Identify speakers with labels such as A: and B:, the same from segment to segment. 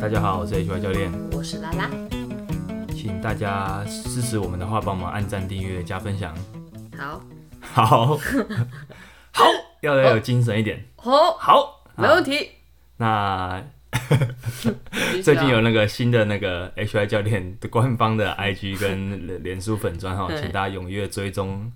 A: 大家好，我是 HY 教练，
B: 我是拉拉。
A: 请大家支持我们的话，帮忙按赞、订阅、加分享。
B: 好，
A: 好，好，要来有精神一点。
B: 哦，
A: 好，
B: 没问题。
A: 那
B: 继续啊
A: 最近有那个新的那个 HY 教练的官方 的 IG 跟脸脸书粉砖哈，
B: 对
A: 请大家踊跃追踪。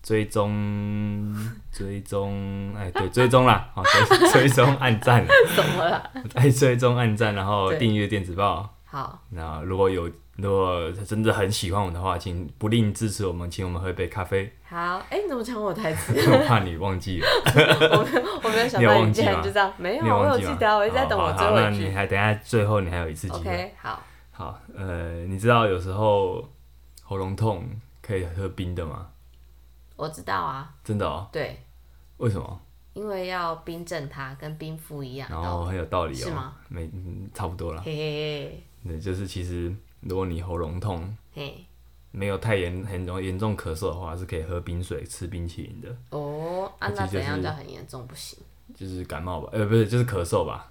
A: 追踪追踪，哎，对，追踪啦，好，追 追踪按 赞，
B: 怎么了？
A: 哎，追踪按赞，然后
B: 对
A: 订阅电子报，
B: 好，
A: 那如果有如果真的很喜欢我们的话，请不吝支持我们，请我们喝一杯咖 啡。
B: 好，哎，你怎么抢我台词？
A: 我怕你忘记了，
B: 我没有想
A: 你有
B: 到
A: 忘
B: 你
A: 记
B: 竟然
A: 吗
B: 就这样，没有，
A: 你
B: 我
A: 忘
B: 有
A: 记吗
B: 记得啊，我一直在等我
A: 哦
B: 追
A: 好好那你
B: 回
A: 啊
B: 去。
A: 还等一下最后你还有一次机会。
B: OK，好，
A: 好，呃，你知道有时候喉咙痛可以喝冰的吗？
B: 我知道啊，
A: 真的哦？
B: 对，
A: 为什么？
B: 因为要冰镇它，跟冰敷一样。
A: 然后很有道理哦。
B: 是吗？
A: 没，嗯差不多啦。
B: 嘿嘿
A: 对，就是其实如果你喉咙痛
B: 嘿嘿，
A: 没有太严很容严重咳嗽的话，是可以喝冰水、吃冰淇淋的，
B: 哦，啊，
A: 它
B: 那
A: 其实就
B: 怎样
A: 是
B: 叫很严重不行？
A: 就是感冒吧，呃，不是，就是咳嗽吧。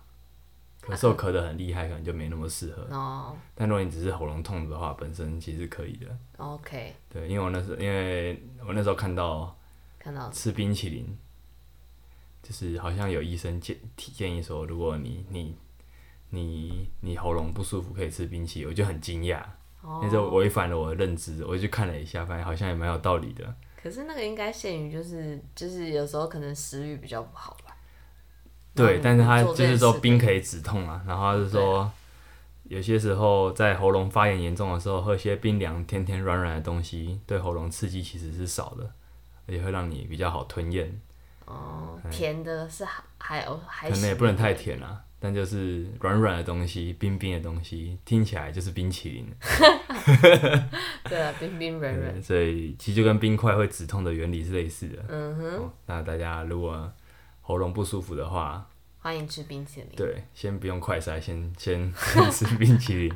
A: 咳嗽咳得很厉害，可能就没那么适合。
B: 哦
A: 但如果你只是喉咙痛的话，本身其实可以的。
B: ，OK，
A: 对，因为我那时候，因为我那时候看到
B: 看到了，
A: 吃冰淇淋，就是好像有医生建提建议说，如果你你你你喉咙不舒服，可以吃冰淇淋，我就很惊讶，
B: 哦
A: 那时候违反了我的认知，我就去看了一下，发现好像也蛮有道理的。
B: 可是那个应该限于就是就是有时候可能食欲比较不好吧。
A: 对，但是他
B: 做
A: 就
B: 这件
A: 是说
B: 事
A: 冰可以止痛啊，然后他是说，有些时候在喉咙发炎严重的时候，喝些冰凉、甜甜软软的东西，对喉咙刺激其实是少的，而且会让你比较好吞咽，
B: 哦，甜的是还还哦还
A: 哎可能也
B: 行
A: 不能太甜啊。但就是软软的东西、冰冰的东西，听起来就是冰淇淋，
B: 对啊， 冰冰软软。
A: 嗯所以其实就跟冰块会止痛的原理是类似的。
B: 嗯哼，
A: 哦那大家如果喉咙不舒服的话，
B: 欢迎吃冰淇淋。
A: 对，先不用快塞，先先 先吃冰淇淋。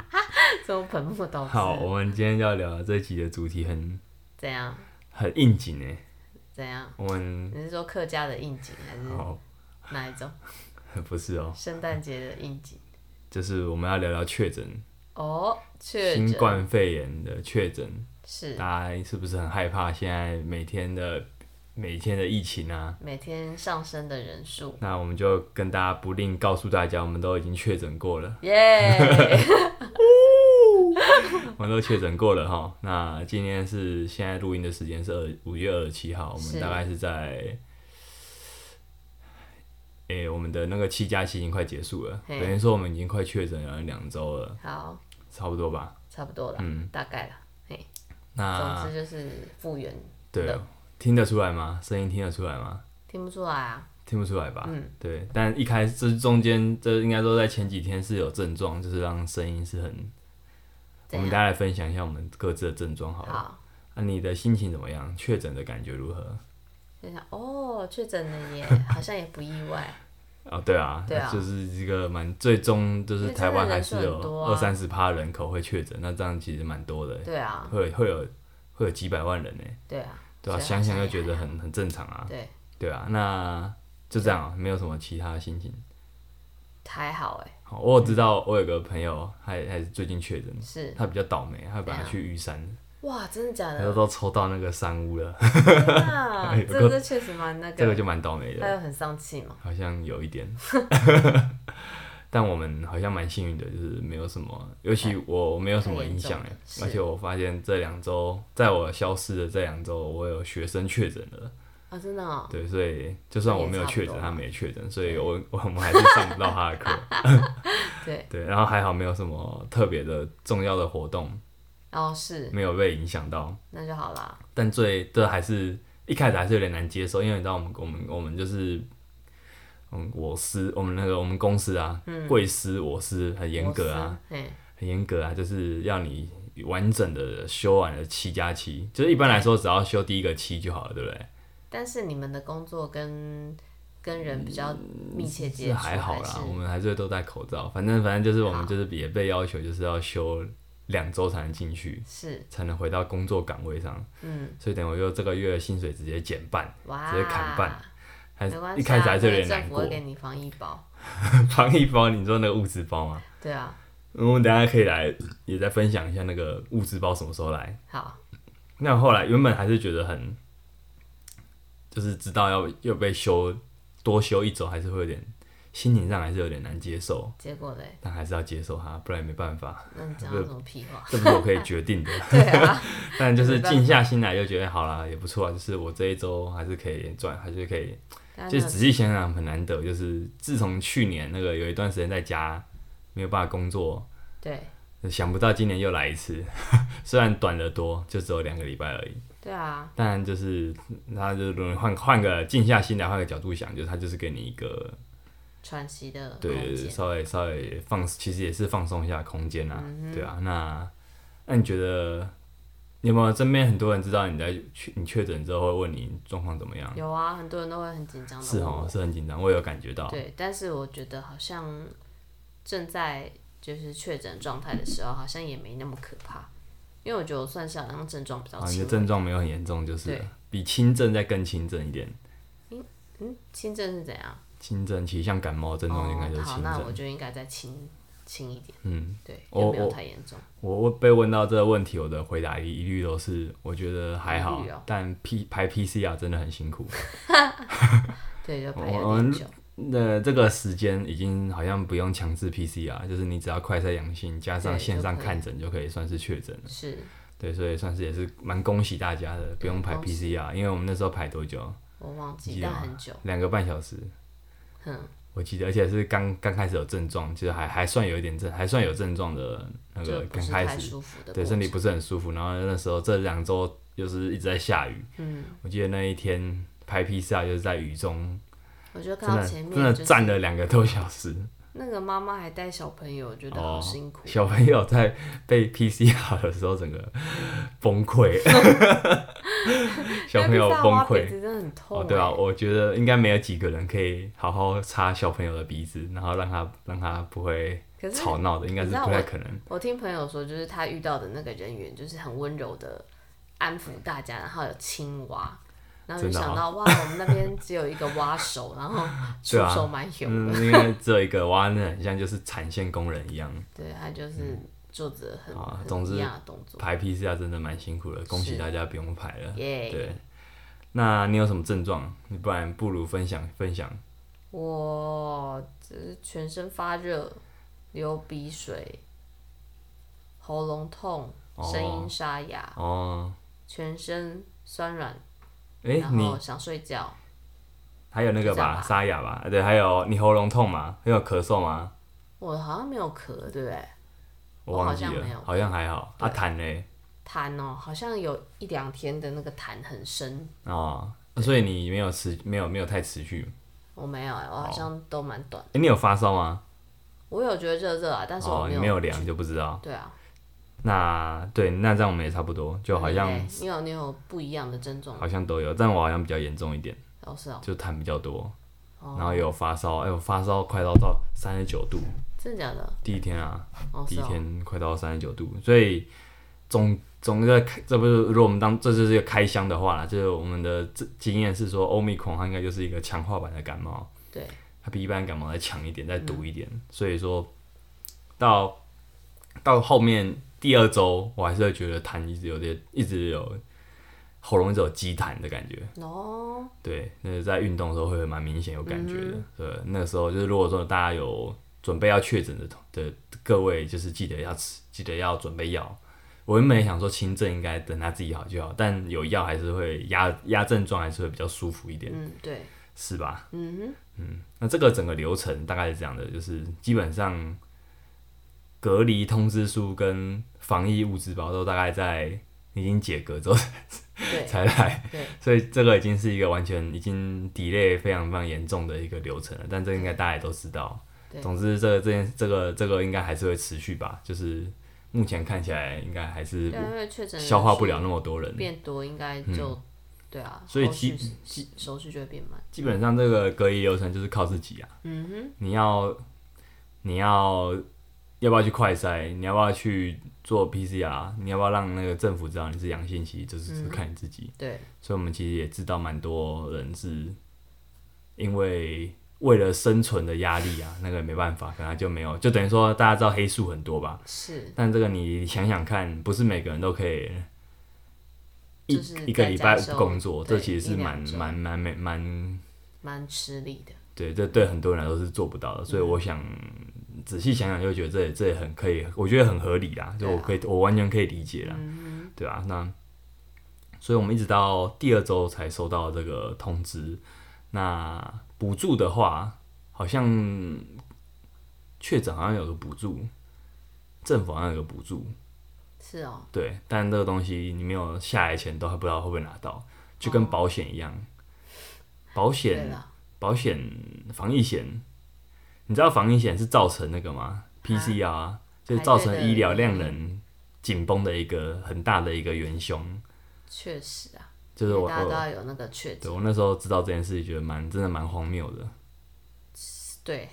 B: 这种粉末导致
A: 好，我们今天要聊的这集的主题很
B: 怎样
A: 很应景诶，
B: 怎样？
A: 我们
B: 你是说客家的应景还是
A: 哦
B: 哪一种？
A: 不是哦，
B: 圣诞节的应景？
A: 就是我们要聊聊确诊，
B: 哦，确诊
A: 新冠肺炎的确诊，
B: 是
A: 大家是不是很害怕现在每天的每天的疫情啊？
B: 每天上升的人数，
A: 那我们就跟大家不吝告诉大家，我们都已经确诊过了，
B: 耶！
A: 我们都确诊过了哈。那今天是现在录音的时间是二五月二十七号，我
B: 是
A: 们大概是在。诶、我们的那个七加七已经快结束了，
B: 嘿
A: 等于说我们已经快确诊了两周了，
B: 好，
A: 差不多吧。
B: 差不多了，
A: 嗯啊
B: 大概了。嘿，总
A: 那
B: 之嗯就是复原，
A: 对，听得出来吗？声音听得出来吗？
B: 听不出来啊。
A: 听不出来吧？
B: 嗯，
A: 对。但一开始这中间，这应该说在前几天是有症状，就是让声音是很。我
B: 怎
A: 们
B: 样
A: 大家来分享一下我们各自的症状好了。
B: 好，
A: 那、你的心情怎么样？确诊的感觉如何？
B: 就想哦，确诊 了耶，好像也不意外。
A: 哦，对啊，
B: 对啊
A: 就是一个蛮最终就是台湾还是
B: 因为真的
A: 有
B: 人数很多
A: 二
B: 啊
A: 三十趴人口会确诊，那这样其实蛮多的，
B: 对啊，
A: 会有会有会有几百万人呢，
B: 对啊，
A: 对啊，
B: 所以
A: 想想
B: 好像
A: 就
B: 也
A: 觉得很很正常啊，
B: 对，
A: 对啊，那就这样、啊，没有什么其他的心情。
B: 还好哎，
A: 好，欸我有知道我有个朋友，他也他也是最近确诊，
B: 是
A: 他比较倒霉，他本来
B: 怎样
A: 去玉山，
B: 哇，真的假
A: 他都
B: 的？
A: 都抽到那个山屋了，
B: 天 啊
A: 有，
B: 这
A: 够
B: 这确实蛮 那
A: 这个
B: 个，
A: 就蛮倒霉
B: 他
A: 的，
B: 又很丧气嘛。
A: 好像有一点。 但我们好像蛮幸运的，就是没有什么，尤其我我没有什么影响
B: 哎太
A: 哎
B: 严重了，是
A: 而且我发现这两周，在我消失的这两周，我有学生确诊了，
B: 啊，真的哦，
A: 对，所以就算我没有确
B: 也差
A: 诊，
B: 不多
A: 他没确诊，所以我我们还是上不到他的课，
B: 对，
A: 对，然后还好没有什么特别的重要的活动，
B: 哦是，
A: 没有被影响到，
B: 那就好啦。
A: 但最这还是一开始还是有点难接受，因为你知道我们我们我们就是，嗯，我司我们那个我们公司啊，贵司我司很严格啊，
B: 嗯我是，嘿，
A: 很严格啊，就是要你完整的休完了七加七，就是一般来说只要休第一个七就好了，对不对？
B: 但是你们的工作跟跟人比较密切
A: 嗯
B: 接
A: 是
B: 触，
A: 还好
B: 是
A: 啦，我们还是会都戴口罩，反正反正就是我们
B: 好
A: 就是也被要求就是要休两周才能进去，
B: 是，
A: 才能回到工作岗位上，
B: 嗯，
A: 所以等于我就这个月的薪水直接减半，
B: 哇，
A: 直接砍半，还
B: 没关系啊，
A: 一开始还是有点
B: 那个
A: 难
B: 政府
A: 过
B: 会。给你防疫包，
A: 防疫包，你说那个物资包吗？
B: 对啊，
A: 我们等一下可以来也再分享一下那个物资包什么时候来。
B: 好，
A: 那后来原本还是觉得很，就是知道要又被休多休一周，还是会有点心情上还是有点难接受，
B: 结果嘞，
A: 但还是要接受它，不然也没办 法，
B: 那你讲到什么屁话？
A: 这不是我可以决定的。
B: 对啊，
A: 但就是静下心来就觉得好啦，也不错啊，就是我这一周还是可以赚，还是可以。
B: 大家
A: 就
B: 没
A: 是
B: 有
A: 仔细想想很难得，就是自从去年那个有一段时间在家没有办法工作，
B: 对
A: 想不到今年又来一次， 虽然短得多，就只有两个礼拜而已。
B: 对啊，
A: 但就是他就是换换个静下心来，换个角度想，就是他就是给你一个
B: 喘息的空
A: 对
B: 间。
A: 稍微稍微放，其实也是放松一下空间啊，
B: 嗯
A: 对啊。那那你觉得你有没有身边很多人知道你在确你确诊之后会问你状况怎么样？
B: 有啊，很多人都会很紧张的。
A: 是哦，是很紧张，我也有感觉到。
B: 对，但是我觉得好像正在就是确诊状态的时候，好像也没那么可怕，因为我觉得我算是好像症状比较
A: 啊，你
B: 轻
A: 的
B: 微。
A: 症状没有很严重，就是
B: 对
A: 比轻症再更轻症一点。
B: 嗯，轻症是怎样？
A: 轻症其实像感冒症状就应该就是
B: 哦、好，
A: 轻
B: 那
A: 症。
B: 我就应该再轻轻一点，
A: 嗯，
B: 对，
A: 我
B: 就没有
A: 我
B: 太严重。
A: 我我被问到这个问题，我的回答一一律都是我觉得还好
B: 一律哦，
A: 但 P 排 PCR 真的很辛苦。
B: 对，就排
A: 我
B: 有点久。
A: 那这个时间已经好像不用强制 PCR，就是你只要快筛阳性，加上
B: 对
A: 线上
B: 就可以
A: 看诊就可以算是确诊了。
B: 是
A: 对，所以算是也是蛮恭喜大家的，不用排
B: 恭喜
A: PCR，因为我们那时候排多久？
B: 我忘
A: 你记
B: 记，
A: 得
B: 但
A: 吗
B: 很久。
A: 两个半小时。
B: 哼，
A: 我记得，而且是刚刚开始有症状，就是还还算有一点症，还算有症状的那
B: 就
A: 个
B: 不
A: 刚
B: 是
A: 开
B: 太
A: 始，
B: 舒服的过程。
A: 对身体不是很舒服。然后那时候这两周就是一直在下雨，
B: 嗯，
A: 我记得那一天拍披萨就是在雨中，
B: 我就
A: 真
B: 看到
A: 的
B: 前面
A: 真的
B: 就是
A: 站了两个多小时。
B: 那个妈妈还带小朋友，我觉得好
A: 哦
B: 辛苦。
A: 小朋友在被 PCR 的时候，整个崩溃， 小朋友崩
B: 那个大花
A: 溃
B: 鼻。子真的很痛、
A: 哦，对啊，
B: 欸
A: 我觉得应该没有几个人可以好好擦小朋友的鼻子，然后让他让他不会
B: 可是
A: 吵闹的，应该是
B: 你知道
A: 不太
B: 我
A: 可能。
B: 我听朋友说，就是他遇到的那个人员，就是很温柔的安抚大家，然后有青蛙，然后就
A: 真的啊
B: 想到、哇，我们那边只有一个蛙手，然后出
A: 对啊
B: 手蛮油的，
A: 嗯，因为只有一个蛙，那很像就是产线工人一样。
B: 对他就是做着很、
A: 嗯啊
B: 很
A: 总之
B: 一样的动作，
A: 排 PCR 真的蛮辛苦的，恭喜
B: 是
A: 大家不用排了。
B: 耶、
A: 对，那你有什么症状？你不然不如分享分享。
B: 我只是全身发热，流鼻水，喉咙痛，
A: 哦
B: 声音沙哑，
A: 哦，
B: 全身酸软，
A: 哎、
B: 然
A: 你
B: 后想睡觉，
A: 还有那个
B: 就这样
A: 吧，
B: 吧
A: 沙哑吧？啊对，还有你喉咙痛吗？还有咳嗽吗？
B: 我好像没有咳，对不对？
A: 我
B: 我
A: 忘
B: 哦好
A: 记
B: 像
A: 了
B: 没有，
A: 好像还好。啊，痰嘞？
B: 痰哦，好像有一两天的那个痰很深，
A: 哦，所以你没有持没有没有太持续。
B: 我没有哎、
A: 哦
B: 我好像都蛮短。
A: 哎、你有发烧吗？
B: 我有觉得热热啊，但是我
A: 哦，
B: 没
A: 你
B: 有。
A: 没有量就不知道。
B: 对啊，
A: 那对，那这样我们也差不多，就好像、
B: 对你有你有不一样的症状吗
A: 好像都有，但我好像比较严重一点，
B: 哦，是哦，
A: 就痰比较多，
B: 哦
A: 然后也有发烧，哎、我发烧快到到三十九度，
B: 真的假的？
A: 第一天啊，
B: 哦，
A: 第
B: 是
A: 一
B: 哦，
A: 天快到三十九度，所以总总的这不是，如果我们当这就是一个开箱的话啦，就是我们的这经验是说，欧米孔它应该就是一个强化版的感冒，
B: 对，
A: 它比一般感冒再强一点，再毒一点，所以说到到后面第二周，我还是会觉得痰一直有点，一直有喉咙一直有积痰的感觉。
B: 哦，
A: 对，那个在运动的时候会蛮明显有感觉的。对，那个时候就是如果说大家有准备要确诊的同的各位，就是记得要吃，记得要准备药。我原本也想说轻症应该等他自己好就好，但有药还是会压压症状，还是会比较舒服一点，
B: 嗯，对，
A: 是吧？
B: 嗯
A: 那这个整个流程大概是这样的，就是基本上隔离通知书跟防疫物资包都大概在已经解隔之后
B: 哼，对，
A: 才来
B: 对，
A: 所以这个已经是一个完全已经 delay 非常非常严重的一个流程了。但这应该大家也都知道。
B: 对
A: 总之、这个，这件这个这个应该还是会持续吧。就是目前看起来，应该还是
B: 对啊，因为确诊人
A: 消化不
B: 数
A: 了那么多人。
B: 变多，应该就、对啊，
A: 所以
B: 后
A: 基
B: 续手续就会变慢。
A: 基本上，这个隔离流程就是靠自己啊。
B: 嗯哼，
A: 你要你要要不要去快筛？你要不要去做 PCR？你要不要让那个政府知道你是阳性？其实就是
B: 嗯
A: 是看你自己。
B: 对，
A: 所以我们其实也知道蛮多人是因为为了生存的压力啊，那个没办法，可能就没有，就等于说大家知道黑素很多吧，
B: 是，
A: 但这个你想想看，不是每个人都可以一、
B: 就是
A: 一个
B: 在
A: 礼
B: 家
A: 拜
B: 的时
A: 不
B: 候
A: 工作，这
B: 对
A: 其实
B: 一
A: 是
B: 两
A: 蛮
B: 周
A: 蛮蛮蛮蛮
B: 蛮吃力的。
A: 对，这对很多人来说是做不到的。所以我
B: 嗯
A: 想仔细想想，就觉得这也这也很可以，我觉得很合理啦，就
B: 对啊
A: 我
B: 嗯
A: 可以、我完全可以理解啦，对啊，那所以我们一直到第二周才收到这个通知。那补助的话，好像确诊好像有个补助，政府好像有个补助，
B: 是哦，
A: 对，但这个东西你没有下来前都还不知道会不会拿到，就跟保险一样，保
B: 哦对
A: 险
B: 了，
A: 保险防疫险，你知道防疫险是造成那个吗？PCR 啊，就是造成
B: 排队的
A: 医疗量能紧绷的一个很大的一个元凶，
B: 确实啊，
A: 就是
B: 因
A: 我
B: 为大家都
A: 我
B: 要有那个确诊
A: 对。我那时候知道这件事情，觉得蛮真的蛮荒谬的，
B: 对，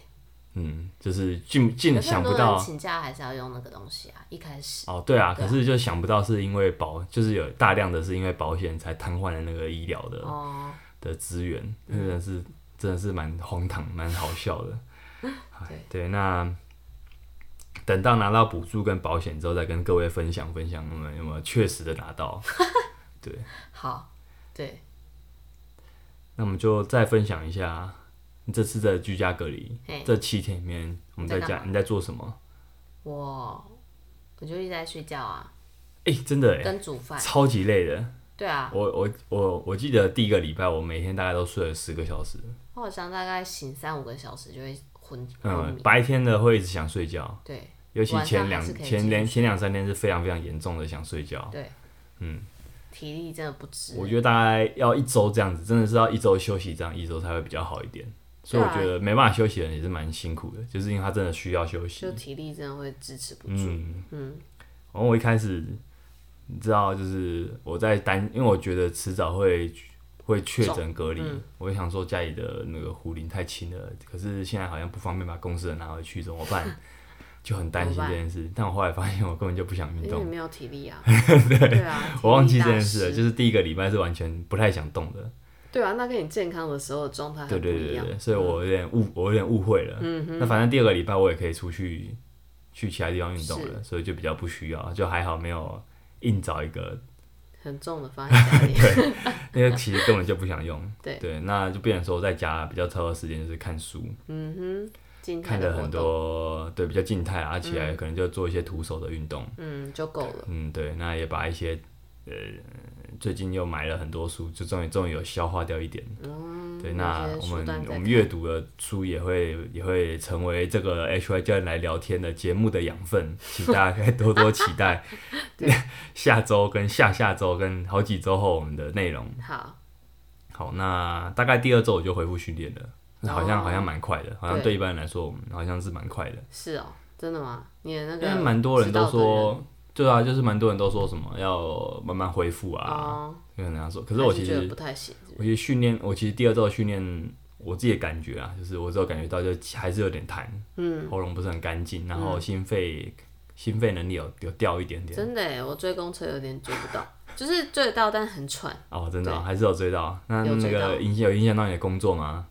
A: 嗯，就是竟竟
B: 可是
A: 想
B: 很
A: 不
B: 多
A: 到
B: 人请假还是要用那个东西啊，一开始。
A: 哦，对啊，可
B: 对啊
A: 是就想不到是因为保，就是有大量的是因为保险才瘫痪了那个医疗的
B: 哦，
A: 的资源，
B: 嗯
A: 真的是真的是蛮荒唐、蛮好笑 的。哎对，那等到拿到补助跟保险之后，再跟各位分享分享我们有没有确实的拿 到。对，
B: 好，对，
A: 那我们就再分享一下你这次的居家隔离
B: 嘿
A: 这七天里面，我们在
B: 在干
A: 家
B: 嘛
A: 你在做什么？
B: 我我就一直在睡觉啊，
A: 哎、真的哎、
B: 跟煮饭。
A: 超级累的。
B: 对啊，
A: 我我我我记得第一个礼拜，我每天大概都睡了十个小时。
B: 我好像大概醒三五个小时就会昏昏
A: 嗯，
B: 迷。
A: 白天的会一直想睡觉，
B: 对
A: 尤其
B: 晚上
A: 前
B: 还
A: 两
B: 是可以
A: 前
B: 继
A: 两
B: 续
A: 前两三天是非常非常严重的想睡觉。
B: 对，
A: 嗯，
B: 体力真的不支。
A: 我觉得大概要一周这样子，真的是要一周休息这样，一周才会比较好一点。所以我
B: 对啊
A: 觉得没办法休息的人也是蛮辛苦的，就是因为他真的需要休息
B: 就。体力真的会支持不住。
A: 嗯，
B: 嗯，
A: 然后我一开始你知道，就是我在担，因为我觉得迟早会会确诊隔离，
B: 嗯
A: 我就想说家里的那个壶铃太轻了，可是现在好像不方便把公司的拿回去，怎么办？ 就很担心
B: 怎么
A: 这
B: 办
A: 件事。但我后来发现，我根本就不想运
B: 因
A: 动
B: 为。没有体 力啊。对啊，
A: 我忘
B: 体
A: 记
B: 力
A: 这
B: 大
A: 件事了，
B: 师。
A: 就是第一个礼拜是完全不太想动的，
B: 对啊，那跟你健康的时候的状态
A: 对
B: 很不
A: 对
B: 一
A: 对
B: 样。嗯
A: 对，所以我有点误，我有点误会了。那反正第二个礼拜我也可以出去去其他地方运动了，所以就比较不需要，就还好没有硬找一个，
B: 很重的 放在家里。。
A: 因为其实根本就不想用
B: 对
A: 那就变成说我在家比较超的时间就是看书，
B: 嗯哼，静态
A: 看
B: 的
A: 了
B: 活
A: 很
B: 动，
A: 多对比较静态啊，起来可能就做一些徒手的运动。
B: 嗯，就够了。
A: 嗯，对，那也把一些呃最近又买了很多书，就终于终于有消化掉一点。
B: 嗯，
A: 对，
B: 有
A: 那
B: 些
A: 我
B: 书
A: 们
B: 单在
A: 我
B: 看
A: 们阅读的书也会也会成为这个 H Y 教练来聊天的节目的养分，请大家可以多多期 待 下周跟下下周跟好几周后我们的内容。
B: 好，
A: 好，那大概第二周我就恢复训练了，那好像、
B: 哦
A: 好像蛮快的，好像
B: 对
A: 对一般人来说，我们好像是蛮快的，
B: 是哦，真的吗？你的那
A: 因为
B: 个
A: 蛮多人都
B: 指导的人
A: 说。对啊，就是蛮多人都说什么要慢慢恢复啊，
B: 哦，
A: 有人这样说。可
B: 可
A: 是我其实
B: 觉得不太行，是不
A: 我
B: 是
A: 其实训练，我其实第二周的训练，我自己的感觉啊，就是我只有感觉到就还是有点痰，嗯，喉咙不是很干净，然后心肺、心肺能力有有掉一点点，
B: 嗯真的耶，我追公车有点追不到，就是追得到，但很喘。
A: 哦，真的哦、
B: 对
A: 还是有追到。那
B: 有
A: 那
B: 追到
A: 个影响有影响到你的工作吗？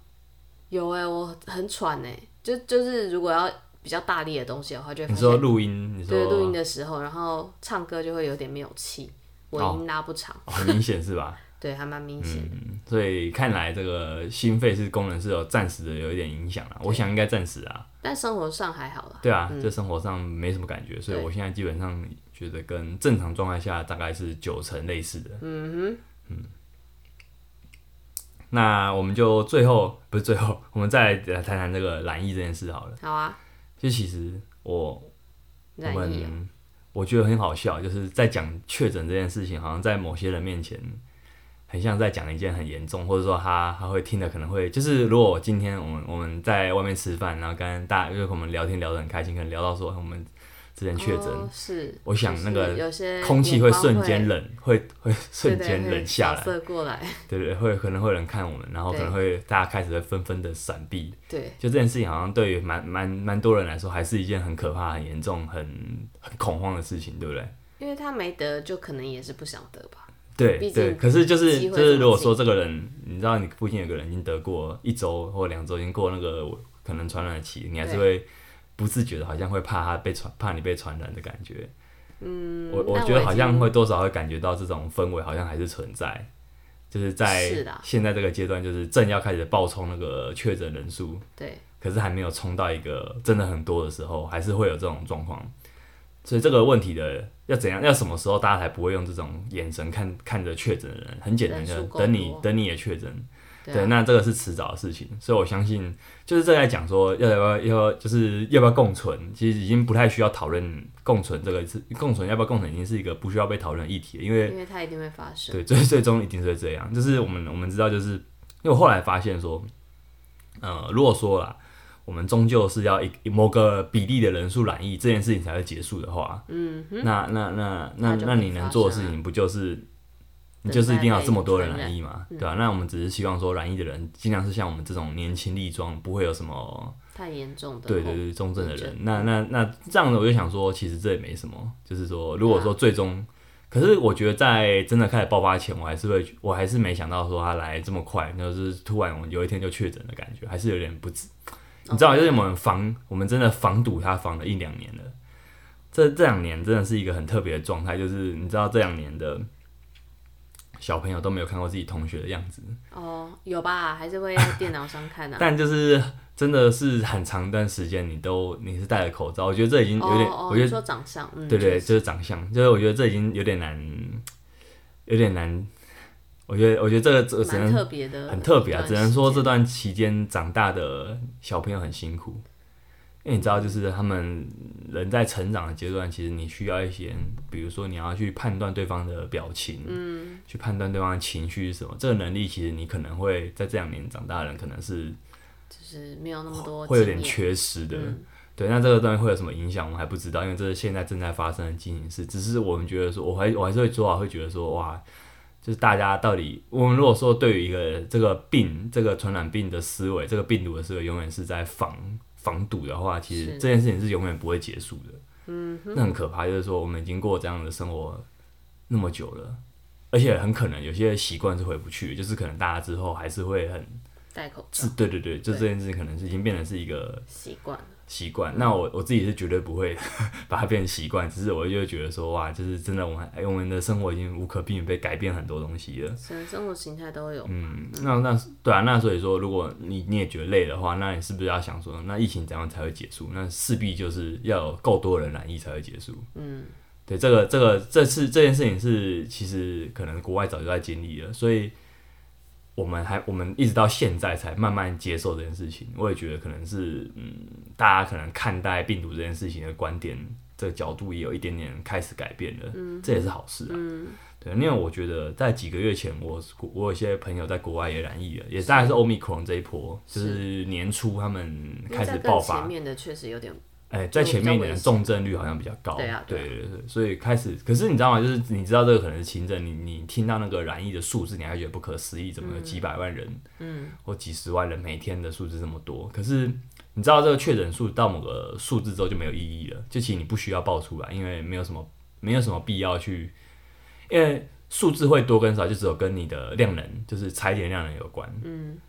B: 有哎，我很喘哎，就就是如果要比较大力的东西的话，就会
A: 你
B: 发
A: 说
B: 现
A: 录音，你说
B: 对录音的时候，然后唱歌就会有点没有气，尾音拉不长，
A: 哦、很明显是吧？
B: 对，还蛮明显的。
A: 嗯，所以看来这个心肺是功能是有暂时的有一点影响啦。我想应该暂时啊，
B: 但生活上还好啦，
A: 对啊，这生活上没什么感觉，所以我现在基本上觉得跟正常状态下大概是九成类似的。嗯哼，那我们就最后不是最后，我们再来谈谈这个染疫这件事好了。
B: 好啊，
A: 就其实我我
B: 染疫哦
A: 们我觉得很好笑，就是在讲确诊这件事情，好像在某些人面前。很像在讲一件很严重，或者说他他会听的可能会就是，如果我今天我们我们在外面吃饭，然后跟大家就是我们聊天聊得很开心，可能聊到说我们之前确诊，
B: 哦是，
A: 我想那个
B: 就是有些
A: 空气会
B: 眼光
A: 瞬间冷，会会
B: 对
A: 瞬
B: 对
A: 间
B: 会
A: 冷下来
B: 角，色过来，
A: 对对，会可能会有人看我们，然后可能会大家开始会纷纷的闪避，
B: 对，
A: 就这件事情好像对于蛮蛮蛮多人来说，还是一件很可怕、很严重、很很恐慌的事情，对不对？
B: 因为他没得，就可能也是不想得吧。
A: 对
B: 毕
A: 对，
B: 竟
A: 可是就是
B: 机会
A: 就
B: 这么
A: 是，如果说这个人，你知道你附近有个人已经得过一周或两周，已经过那个可能传染的期，你还是会不自觉的，好像会怕他被传，怕你被传染的感觉。嗯，我我
B: 那
A: 觉
B: 我
A: 得
B: 已
A: 好像
B: 经
A: 会多少会感觉到这种氛围好像还是存在，就是在
B: 是啦
A: 现在这个阶段，就是正要开始爆冲那个确诊人数，
B: 对，
A: 可是还没有冲到一个真的很多的时候，还是会有这种状况。所以这个问题的要怎样，要什么时候大家才不会用这种眼神看看着确诊的人？很简单
B: 人
A: 的
B: 数，够
A: 等你
B: 多
A: 等你也确诊，
B: 对
A: 对，
B: 啊
A: 那这个是迟早的事情。所以我相信，就是这在讲说要不要要不要就是要不要共存，其实已经不太需要讨论共存这个是共存要不要共存已经是一个不需要被讨论的议题了，因为
B: 因为它一定会发生。
A: 对，最 最终一定是会这样。就是我们我们知道，就是因为我后来发现说，呃，如果说啦，我们终究是要一某个比例的人数染疫这件事情才会结束的话，
B: 嗯，
A: 那那那
B: 那
A: 那
B: 就
A: 那
B: 会
A: 你能
B: 发
A: 做的事
B: 生啊
A: 情不就是？你
B: 等
A: 就是一
B: 待
A: 定要
B: 被
A: 这么多人
B: 传
A: 染
B: 染
A: 疫嘛，对吧、啊那我们只是希望说染疫的人尽量是像我们这种年轻力壮，不会有什么
B: 太严重的后，
A: 对对对，重症的
B: 症
A: 人，那那那这样的，我就想说，其实这也没什么，就是说，如果说最终，可是我觉得在真的开始爆发前，我还是会，我还是没想到说他来这么快，就是突然我有一天就确诊的感觉，还是有点不止。你知道，就是我们防，我们真的防堵他防了一两年了。这这两年真的是一个很特别的状态，就是你知道这两年的小朋友都没有看过自己同学的样子，
B: 哦，有吧？还是会在电脑上看啊。
A: 但就是真的是很长一段时间，你都你是戴着口罩，我觉得这已经有点，
B: 哦哦，
A: 我觉
B: 你
A: 得
B: 说长相，嗯，
A: 对对，
B: 确实
A: 就是长相，就是我觉得这已经有点难，有点难。我觉得，我觉得这个这个只
B: 蛮
A: 能
B: 特别的，
A: 很特别啊，只能说这段期间长大的小朋友很辛苦，因为你知道，就是他们人在成长的阶段，其实你需要一些，比如说你要去判断对方的表情，嗯，去判断对方的情绪是什么，这个能力其实你可能会在这两年长大的人可能是
B: 就是没有那么多
A: 会有
B: 经
A: 点
B: 验
A: 缺失的。
B: 嗯
A: 对，那这个东西会有什么影响，我们还不知道，因为这是现在正在发生的进行式。只是我们觉得说，我还我还是会做啊，会觉得说，哇，就是大家到底，我们如果说对于一个这个病、这个传染病的思维，这个病毒的思维，永远是在防防堵的话，其实
B: 是
A: 这件事情是永远不会结束的。嗯，那很可怕，就是说我们已经过这样的生活那么久了，而且很可能有些习惯是回不去的，就是可能大家之后还是会很
B: 戴口罩
A: 是，对对对，就
B: 对
A: 这件事情可能是已经变成是一个
B: 习惯了。
A: 习惯。那我我自己是绝对不会 把它变成习惯，只是我就会觉得说，哇，就是真的，我们哎我们的生活已经无可避免被改变很多东西了。
B: 生生活形态都有，
A: 嗯，那那对啊，那所以说，如果你你也觉得累的话，那你是不是要想说，那疫情怎样才会结束？那势必就是要有够多人染疫才会结束。
B: 嗯，
A: 对，这个这个这次这件事情是其实可能国外早就在经历了，所以我们还我们一直到现在才慢慢接受这件事情。我也觉得可能是嗯，大家可能看待病毒这件事情的观点这个角度也有一点点开始改变了，
B: 嗯
A: 这也是好事啊。对，因为我觉得在几个月前我，我有些朋友在国外也染疫了，也大概是欧米克戎这一波，就是年初他们
B: 因为
A: 开
B: 在
A: 始
B: 更
A: 爆发
B: 前，面的确实有点
A: 哎、在前面一点的重症率好像比较高，
B: 对啊对
A: 对
B: 啊
A: 对对，所以开始，可是你知道吗？就是你知道这个可能是轻症，你你听到那个染疫的数字，你还觉得不可思议，怎么有几百万人，嗯，或几十万人每天的数字这么多？可是你知道这个确诊数到某个数字之后就没有意义了，就其实你不需要报出来，因为没有什么没有什么必要去，因为数字会多跟少，就只有跟你的量能，就是裁减量能有关，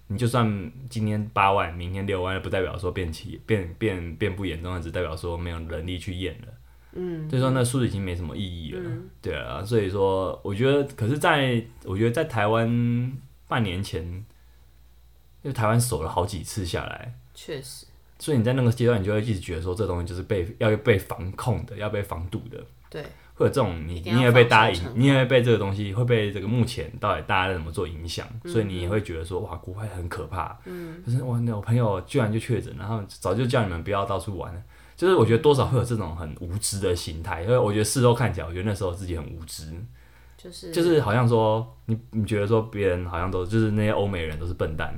A: 你就算今天八万，明天六万，不代表说变起变变变不严重了，只代表说没有能力去验了。嗯，所以说那数字已经没什么意义了，对啊，所以说我觉得，可是在我觉得在台湾半年前，因为台湾守了好几次下来，
B: 确实
A: 所以你在那个阶段，你就会一直觉得说这东西就是被要被防控的，要被防堵的，
B: 对，
A: 会有这种你
B: 一定要
A: 你也被
B: 防
A: 大家
B: 守
A: 影
B: 成，
A: 你也会被这个东西会被这个目前到底大家怎么做影响，
B: 嗯
A: 所以你也会觉得说哇，国外很可怕，嗯，就是哇，那我朋友居然就确诊，然后早就叫你们不要到处玩了。就是我觉得多少会有这种很无知的心态，因为我觉得事后看起来，我觉得那时候自己很无知，
B: 就是
A: 就是好像说你你觉得说别人好像都就是那些欧美人都是笨蛋，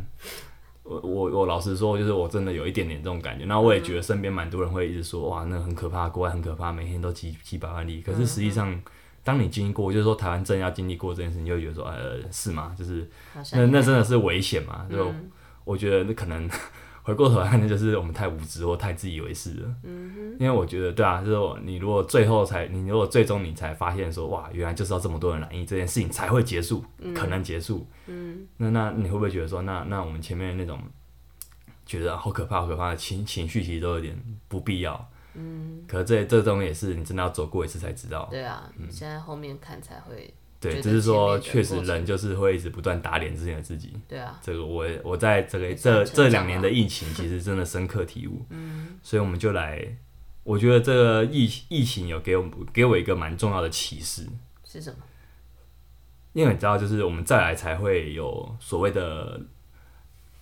A: 我我我老实说，就是我真的有一点点这种感觉。那我也觉得身边蛮多人会一直说哇，那很可怕，国外很可怕，每天都几几百万例。可是实际上，当你经历过，就是说台湾正要经历过这件事，你就会觉得说呃是吗？就是
B: 好像
A: 那那真的是危险嘛？就
B: 嗯
A: 我觉得那可能。 回过头来看，那就是我们太无知或太自以为是了。嗯因为我觉得，对啊，就是你如果最后才，你如果最终你才发现说，哇，原来就是要这么多人来意，这件事情才会结束，可能结束。嗯。那那你会不会觉得说，那那我们前面那种觉得好可怕、好可怕的情情绪，其实都有点不必要。嗯。可是这这东西也是你真的要走过一次才知道。
B: 对啊，
A: 嗯
B: 你现在后面看才会，觉
A: 对，
B: 得
A: 只是说
B: 前面
A: 确
B: 的过
A: 实
B: 程
A: 人就是会一直不断打脸之前的自己。
B: 对啊，
A: 这个我也我在这个
B: 也算
A: 这
B: 成
A: 这
B: 长
A: 两
B: 啊
A: 年的疫情，其实真的深刻体悟。嗯，所以我们就来，我觉得这个疫疫情有给我们给我一个蛮重要的启示，
B: 是什么？
A: 因为你知道，就是我们再来才会有所谓的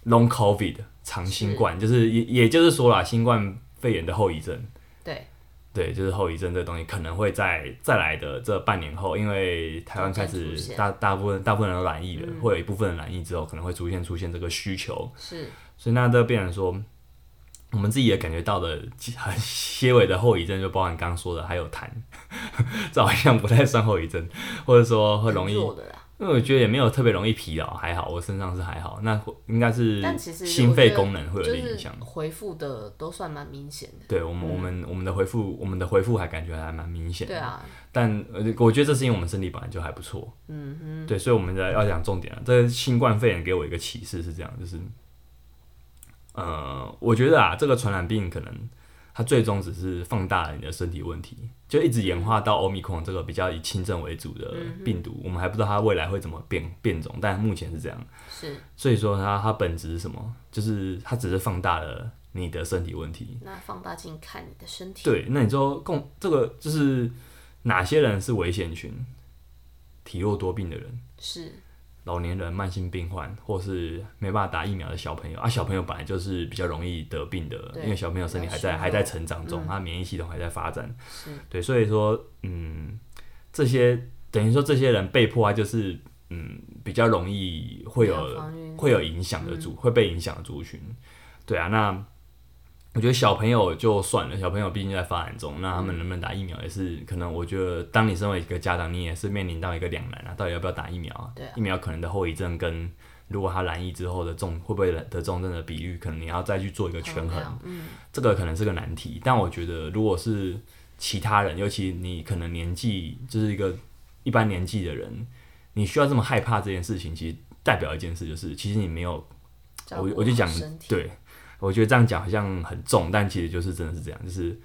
A: long covid 长新冠，就是也也就是说啦，新冠肺炎的后遗症。
B: 对，
A: 对，就是后遗症这东西可能会在再来的这半年后，因为台湾开
B: 逐渐
A: 始
B: 出现嗯
A: 大大部分大部分人都染疫了，会有一部分人染疫之后，可能会逐渐出现这个需求。
B: 是
A: 所以那这变成说，我们自己也感觉到的其很些微的后遗症，就包含刚刚说的，还有痰， 这好像不太算后遗症，或者说会容易，
B: 很
A: 因
B: 弱的啦。
A: 为我觉得也没有特别容易疲劳，还好我身上是还好，那会应该是
B: 但其实
A: 心
B: 我
A: 肺
B: 觉得
A: 功能会有
B: 就
A: 点
B: 是
A: 影响。
B: 回复的都算蛮明显的。
A: 对我们，我们我们的回复，我们的回复还感觉还蛮明显的。
B: 对啊，
A: 但呃我觉得这是因为我们身体本来就还不错，嗯哼，对，所以我们在要讲重点了。啊这个新冠肺炎给我一个启示是这样，就是，呃，我觉得啊，这个传染病可能它最终只是放大了你的身体问题，就一直演化到欧米克这个比较以轻症为主的病毒，我们还不知道它未来会怎么变变种，但目前是这样。
B: 是
A: 所以说它它本质是什么？就是它只是放大了你的身体问题，
B: 那放大镜看你的身体，
A: 对，那你说共这个就是哪些人是危险群？体弱多病的人、
B: 是
A: 老年人、慢性病患，或是没办法打疫苗的小朋友啊。小朋友本来就是比较容易得病的，
B: 对
A: 因为小朋友身体还
B: 比较
A: 在
B: 虚弱
A: 还在成长中，他免疫系统还在发展。
B: 是
A: 对，所以说，嗯，这些等于说这些人被迫啊，就是嗯比较容易会
B: 没有
A: 有
B: 防御力嗯
A: 会有影响的族、会被影响的族群。对啊，那我觉得小朋友就算了，小朋友毕竟在发展中，那他们能不能打疫苗也是可能。我觉得当你身为一个家长，你也是面临到一个两难啊，到底要不要打疫苗、啊？
B: 对啊
A: 疫苗可能的后遗症跟如果他染疫之后的重会不会得重症的比率，可能你要再去做一个权衡。
B: 量嗯，
A: 这个可能是个难题，但我觉得如果是其他人，尤其你可能年纪就是一个一般年纪的人，你需要这么害怕这件事情，其实代表一件事，就是其实你没有，
B: 照
A: 我
B: 顾
A: 我就
B: 好
A: 讲
B: 身体，
A: 对，我觉得这样讲好像很重，但其实就是真的是这样，就是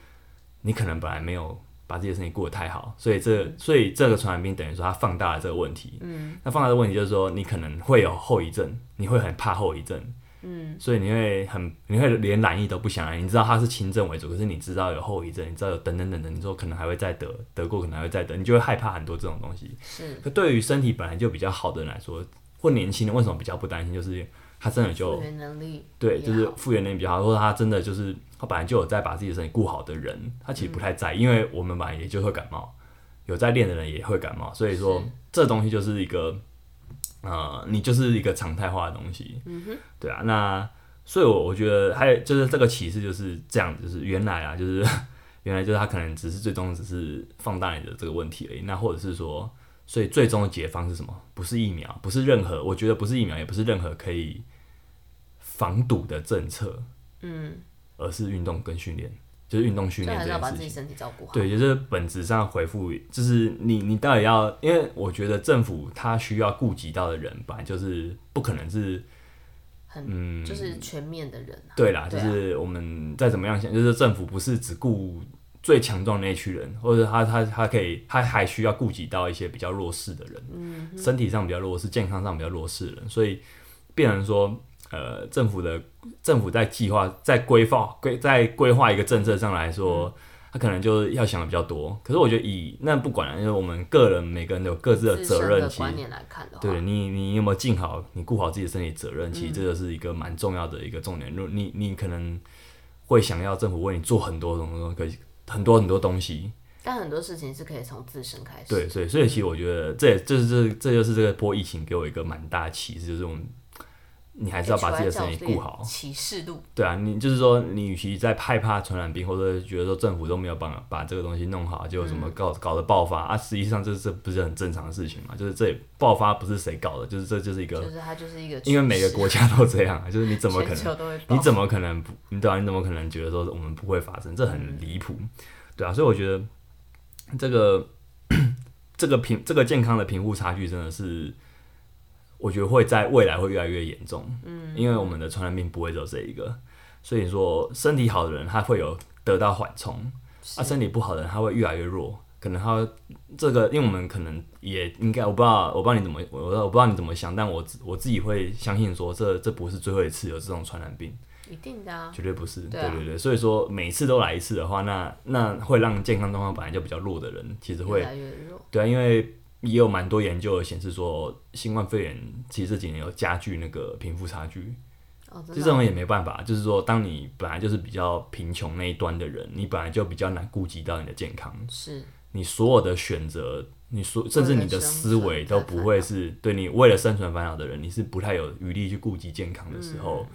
A: 你可能本来没有把自己的身体过得太好，所以这
B: 嗯
A: 所以这个传染病等于说它放大了这个问题，嗯，那放大的问题就是说你可能会有后遗症，你会很怕后遗症，
B: 嗯，
A: 所以你会很，你会连染疫都不想染，你知道它是轻症为主，可是你知道有后遗症，你知道有等等等等，你说可能还会再得，得过可能还会再得，你就会害怕很多这种东西。
B: 是
A: 可对于身体本来就比较好的人来说，或年轻人为什么比较不担心？就是他真的就
B: 复原能力
A: 对，
B: 也
A: 就是
B: 好
A: 复原能力比较好，或者他真的就是他本来就有在把自己的身体顾好的人，他其实不
B: 嗯
A: 太在意，因为我们本来也就会感冒，有在练的人也会感冒，所以说
B: 是
A: 这东西就是一个，呃，你就是一个常态化的东西，嗯哼，对啊，那所以我我觉得还有就是这个启示就是这样，就是原来啊，就是 原来就是他可能只是最终只是放大你的这个问题而已，那或者是说。所以最终的解方是什么？不是疫苗，不是任何，我觉得不是疫苗，也不是任何可以防堵的政策，
B: 嗯，
A: 而是运动跟训练，就是运动训
B: 就
A: 练
B: 还
A: 这
B: 是要
A: 件
B: 把
A: 事
B: 自己
A: 情。
B: 身体照顾好，
A: 对，就是本质上回复，就是你你到底要，因为我觉得政府它需要顾及到的人吧，就是不可能是嗯
B: 很就是全面的人啊，
A: 对啦，就
B: 对啊
A: 是我们再怎么样想，就是政府不是只顾最强壮的那一群人，或者他他他可以，他还需要顾及到一些比较弱势的人，
B: 嗯
A: 身体上比较弱势，健康上比较弱势的人，所以变成说，呃，政府的政府在计划在规划规在规划一个政策上来说。
B: 嗯
A: 他可能就要想的比较多，可是我觉得以那不管了，因为我们个人每个人都有各自的
B: 自
A: 责
B: 身
A: 任，
B: 的
A: 其实
B: 观念来看的话，
A: 对你，你有没有尽好你顾好自己的身体责任？其实这个是一个蛮重要的一个重点。如果你你可能会想要政府为你做很多很多可以很多很多东西，
B: 但很多事情是可以从自身开始，
A: 对，所以所以其实我觉得这也这是这这就是这个波疫情给我一个蛮大的启示，就是我们你还是要把自己的身体顾好。
B: 启示录，
A: 对啊，你就是说，你与其在害怕传染病，或者觉得说政府都没有帮把这个东西弄好，就什么搞搞的爆发啊，实际上这这不是很正常的事情嘛？就是这也爆发不是谁搞的，就是这就是一
B: 就
A: 个，
B: 是它就是一个趋势，
A: 因为每个国家都这样啊，就是你怎么可
B: 全
A: 能
B: 球都会爆
A: 你怎么可能不？你对啊，你怎么可能觉得说我们不会发生？这很离谱，对啊，所以我觉得这个这个贫这个健康的贫富差距真的是，我觉得会在未来会越来越严重。嗯，因为我们的传染病不会只有这一个，所以说身体好的人他会有得到缓冲，啊，身体不好的人他会越来越弱。可能他会这个，因为我们可能也应该，我不知道，我不知道你怎么，我我不知道你怎么想，但我自我自己会相信说这这不是最后一次有这种传染病。
B: 一定的啊，
A: 绝对不是，
B: 对
A: 对
B: 啊
A: 对对，所以说每次都来一次的话，那那会让健康状况本来就比较弱的人，其实
B: 越
A: 会
B: 来越弱，
A: 对啊，因为也有蛮多研究显示说，新冠肺炎其实这几年有加剧那个贫富差距，
B: 哦，
A: 就
B: 真
A: 这
B: 的啊
A: 种也没办法，就是说当你本来就是比较贫穷那一端的人，你本来就比较难顾及到你的健康，
B: 是
A: 你所有的选择，你所甚至你的思维都不会是对你为了生存烦恼的人，你是不太有余力去顾及健康的时
B: 嗯
A: 候，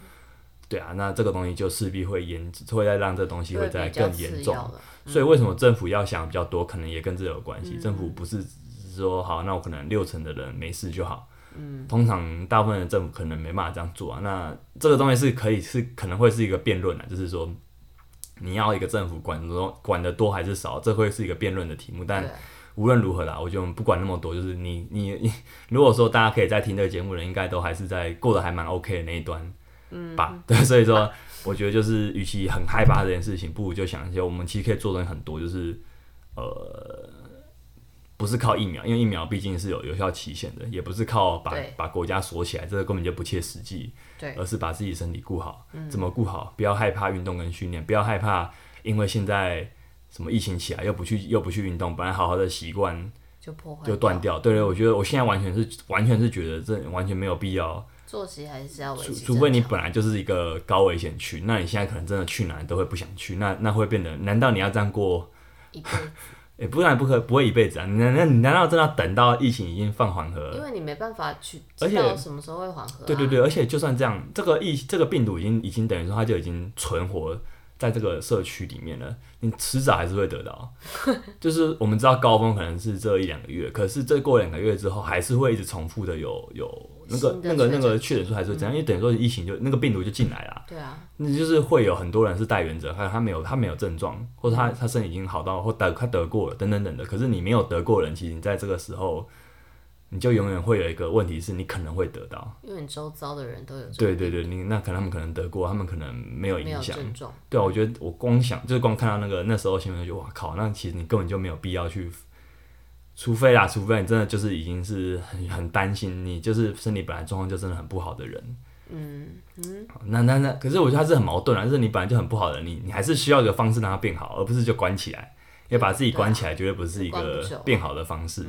A: 对啊，那这个东西就势必会严，会再让这东西会再
B: 比较
A: 更
B: 次
A: 严重
B: 要。了，
A: 所以为什么政府要想比较多，可能也跟这有关系。政府不是只是说好，那我可能六成的人没事就好。嗯，通常大部分的政府可能没办法这样做啊。那这个东西是可以是可能会是一个辩论啊，就是说你要一个政府管得多管得多还是少，这会是一个辩论的题目。但
B: 对
A: 无论如何啦，我觉得我们不管那么多，就是你你你，如果说大家可以在听这个节目的人，应该都还是在过得还蛮 OK 的那一端，嗯吧？对，所以说我觉得就是，与其很害怕这件事情，不如就想一些我们其实可以做的很多，就是呃，不是靠疫苗，因为疫苗毕竟是有有效期限的，也不是靠把
B: 对
A: 把国家锁起来，这个根本就不切实际。
B: 对，嗯
A: 而是把自己身体顾好。怎么顾好？不要害怕运动跟训练，不要害怕，因为现在什么疫情起来又不去又不去运动，本来好好的习惯
B: 就破坏
A: 就断
B: 掉，
A: 掉。对对，我觉得我现在完全是完全是觉得这完全没有必要，
B: 作息还是要维
A: 除
B: 持正常，
A: 除非你本来就是一个高危险区，那你现在可能真的去哪都会不想去，那那会变得，难道你要这样过？
B: 一 辈子，
A: 也不然不可不会一辈子啊！你难你难道真的要等到疫情已经放缓和了
B: 因为你没办法去
A: 呃而
B: 知
A: 且
B: 道什么时候会缓和、啊，
A: 对对对，而且就算这样，这个疫这个病毒已经已经等于说它就已经存活在这个社区里面了，你迟早还是会得 到。就是我们知道高峰可能是这一两个月，可是这过两个月之后，还是会一直重复的有有那个
B: 新的
A: 那个
B: 确
A: 那
B: 诊嗯
A: 个确诊数还是会这样，因为等于说疫情就那个病毒就进来了。
B: 对啊，
A: 那就是会有很多人是带原者，还有他没有他没有症状，或者
B: 嗯
A: 他他身体已经好到或得他得过了等等等的。可是你没有得过的人，其实你在这个时候，你就永远会有一个问题是你可能会得到。
B: 因为你周遭的人都有这
A: 对对对，你那可能他们可能得过，他们可能没有
B: 种没有
A: 影响。
B: 症状，
A: 对啊，我觉得我光想就是光看到那个那时候新闻就觉得哇靠，那其实你根本就没有必要去，除非啦，除非你真的就是已经是很很担心，你就是身体本来状况就真的很不好的人。
B: 嗯嗯，
A: 那那那，可是我觉得他是很矛盾啊，就是你本来就很不好的人，你你还是需要一个方式让它变好，而不是就关起来，因为把自己关起来绝对不是一
B: 关不
A: 个
B: 久啊
A: 变好的方式。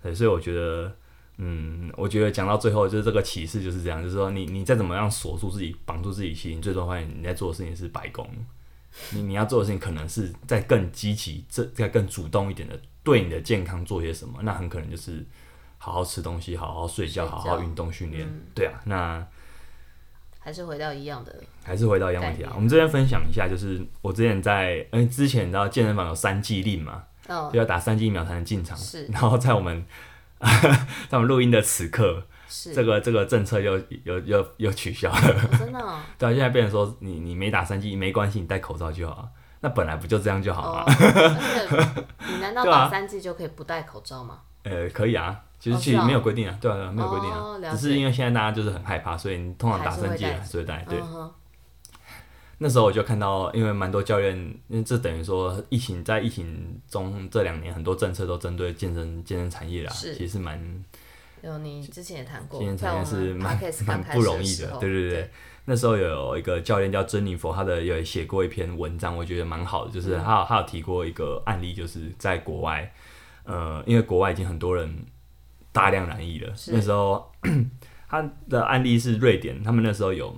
A: 对，所以我觉得，嗯，我觉得讲到最后就是这个启示就是这样，就是说你你再怎么样锁住自己、绑住自己，其实你最终发现你在做的事情是白宫，你你要做的事情可能是在更积极、这在更主动一点的对你的健康做些什么，那很可能就是好好吃东西、好好睡觉、
B: 睡觉嗯
A: 好好运动训练。对啊，那。
B: 还是回到一样的，
A: 还是回到一样问题
B: 概
A: 啊
B: 念。
A: 我们这边分享一下，就是我之前在，嗯，之前你知道健身房有三剂令嘛，
B: 哦，
A: 就要打三剂疫苗才能进场。
B: 是
A: 然后在我们 在我们录音的此刻，
B: 是、
A: 这个这个政策又又又又取消 了。
B: 哦真的、哦，
A: 对、啊，现在变成说你你没打三剂没关系，你戴口罩就好。啊那本来不就这样就好吗？啊
B: 哦，而且你难道
A: 对啊
B: 打三剂就可以不戴口罩吗？
A: 呃，可以啊，其实
B: 哦
A: 其
B: 是
A: 实
B: 啊
A: 没有规定啊，对啊，对啊没有规定
B: 哦了
A: 啊，
B: 解
A: 只是因为现在大家就是很害怕，所以你通常打三剂啊
B: 还是会戴
A: 还是会哎戴，对。
B: 嗯哼，
A: 那时候我就看到，因为蛮多教练，因为这等于说疫情在疫情中这两年很多政策都针对健身健身产业啦，
B: 是
A: 其实蛮
B: 有你之前也谈过
A: 健，身
B: 在
A: 产
B: 我
A: 业是
B: 们
A: 蛮
B: podcast 刚
A: 蛮
B: 开
A: 不
B: 始
A: 容
B: 的
A: 易
B: 时
A: 的
B: 候，，
A: 对对对。那时候有一个教练叫珍妮佛，她的有写过一篇文章，我觉得蛮好的，就是
B: 嗯
A: 她有她有提过一个案例，就是在国外，呃，因为国外已经很多人大量染疫了，
B: 是
A: 那时候 她的案例是瑞典，他们那时候有